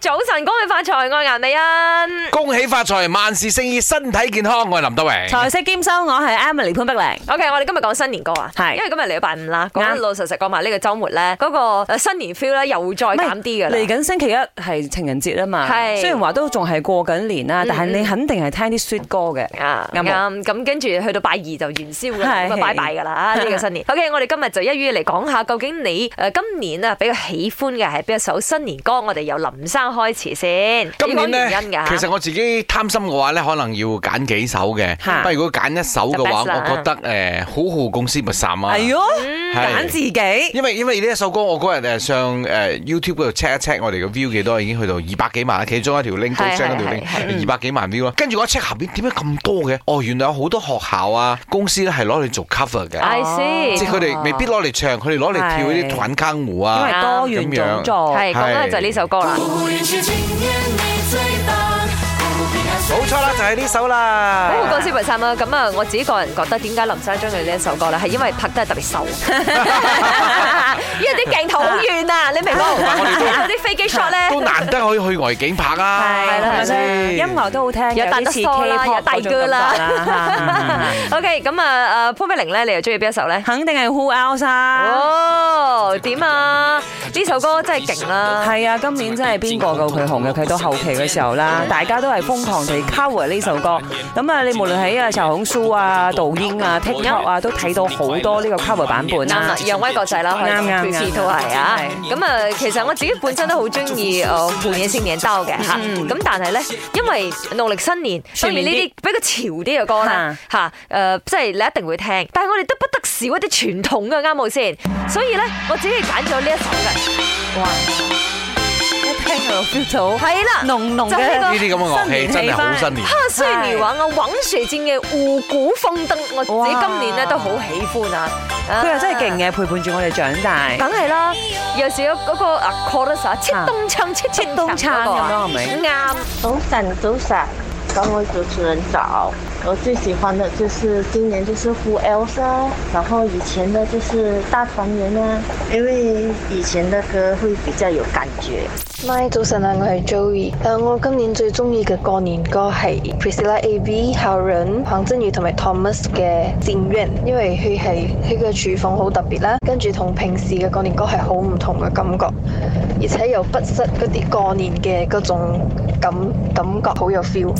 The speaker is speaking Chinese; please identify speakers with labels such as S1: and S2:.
S1: 早晨，恭喜發財，我顏美欣。
S2: 恭喜發財，萬事勝意，身體健康。我係林德榮。
S3: 財色兼收，我係 Emily 潘碧玲。
S1: OK，我哋今日講新年歌啊，
S3: 係
S1: 因為今日禮拜五啦，講
S3: 啱
S1: 老實實講埋呢個週末咧，嗰、個呃新年 feel 咧又再減啲㗎
S3: 嚟
S1: 啦。
S3: 緊星期一係情人節啊嘛，
S1: 係
S3: 雖然話都仲係過緊年啦，但係你肯定係聽啲 sweet 歌嘅，
S1: 啊
S3: 啱冇
S1: 啱咁，跟住去到拜二就元宵㗎啦，
S3: 係
S1: 咁啊拜拜㗎啦啊呢個新年。OK，我哋今日就一於嚟講下，究竟你誒今年啊比較喜歡嘅係邊一首新年歌？我哋由林生開始先，
S2: 今年
S1: 要
S2: 呢
S1: 講原因㗎，
S2: 其實我自己貪心嘅話呢，可能要揀幾首嘅。
S3: 嚇
S2: 不過如果揀一首嘅話，
S1: 就 best 啦
S2: 我覺得誒好好公司不散啊
S3: 哎。呦，
S2: 係
S3: 揀自己。
S2: 因為因為呢一首歌，我嗰日誒呃上誒 YouTube 嗰度 check 一 check 我哋嘅 view 幾多，已經去到二百幾萬，其中一條 link 高
S1: 係
S2: s 嗰
S1: 係
S2: 條
S1: 係
S2: link 二百幾萬 view 啦。跟住我一 check 下邊點解咁多嘅？哦，原來有好多學校啊、公司咧係攞嚟做 cover 嘅，
S1: I see
S2: 哦即係佢哋未必攞嚟唱，佢哋攞嚟跳嗰啲
S3: 係
S2: 團坑舞
S3: 因
S2: 啊
S3: 為。多元種族，
S2: 哦
S1: 係講緊就係呢首歌啦。
S4: 不允许今年你最大，不平安随
S2: 冇錯啦，就係呢首啦。
S1: 好講先維三啊，咁啊，我自己個人覺得點解林生中意呢一首歌咧，係因為拍得特別 瘦，因為啲鏡頭好遠啊，你明 冇？ 嗰啲飛機 shot
S2: 哦都
S1: 咧。
S2: 難得可以去外景拍 啊，
S3: 係
S1: 啦
S2: 係咪先
S3: 音樂都好聽嘅，
S1: 有彈
S3: 啲
S1: 得
S3: 似
S1: 疏啦
S3: K-pop
S1: 有大哥啦
S3: 嗰種感 覺啦
S1: OK，咁啊，誒潘碧玲咧，你又中意邊一首咧？
S3: 肯定係 Who Else 啊？
S1: 哦，點啊？呢首歌真係勁啦！
S3: 係啊，今年真係邊個夠佢紅嘅？佢到後期嘅時候啦，大家都係瘋狂地 cover 呢首歌。咁啊，你無論喺啊小紅書啊、抖音啊、TikTok 啊，都睇到好多呢個 cover 版本啊
S1: 啱啦
S3: 啦。，
S1: 揚威國際啦，可以
S3: 啱啱
S1: 每次都係啊
S3: 啱。
S1: 咁啊，其實我自己本身都好中意呃誒半夜先年兜嘅嚇。咁但係咧，因為農曆新年，當
S3: 嗯全
S1: 然
S3: 面
S1: 呢
S3: 啲
S1: 啲比較潮啲嘅歌咧
S3: 嚇
S1: 嚇誒，即係你一定會聽。但係我哋都不得少一啲傳統嘅啱冇先。所以咧，我只係揀咗呢一首嘅。
S3: 哇！一聽就 feel 到
S1: 係啦，
S3: 濃濃
S1: 就係
S3: 嘅
S1: 呢
S2: 啊呢啲咁嘅樂器真係好新
S3: 年
S2: 年
S1: 哈。！雖然你話我王雪見嘅《五谷豐登》，我自己今年咧都好喜歡啊！
S3: 氣氛，佢
S1: 啊
S3: 又真係勁嘅，陪伴住我哋長大。
S1: 梗係啦，有時有嗰個啊 chorus 啊，切東唱啊切切
S3: 東唱咁樣係咪
S1: 啱，
S5: 早晨，早晨，各位主持人早。我最喜欢的就是今年就是 Who Else 啊，然后以前的就是大团圆啊，因为以前的歌会比较有感觉。
S6: My 早晨啊，我係 Joey。誒，我今年最中意嘅過年歌係 Priscilla A.B. 校人黃振宇同埋 Thomas 嘅《戰願》，因為佢係佢嘅曲風好特別啦，跟住同平時嘅過年歌係好唔同嘅感覺，而且又不失嗰啲過年嘅嗰種感感覺，好有 feel。